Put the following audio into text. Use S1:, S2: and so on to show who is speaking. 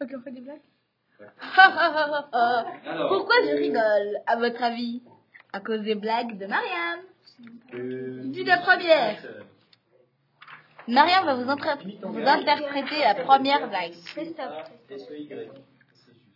S1: Ok, on fait des blagues
S2: Alors,
S3: Pourquoi je rigole, à votre avis À cause des blagues de Mariam. Dis la première. Mariam va vous, intré- vous interpréter la première blague.
S1: Christophe.
S2: S-E-Y.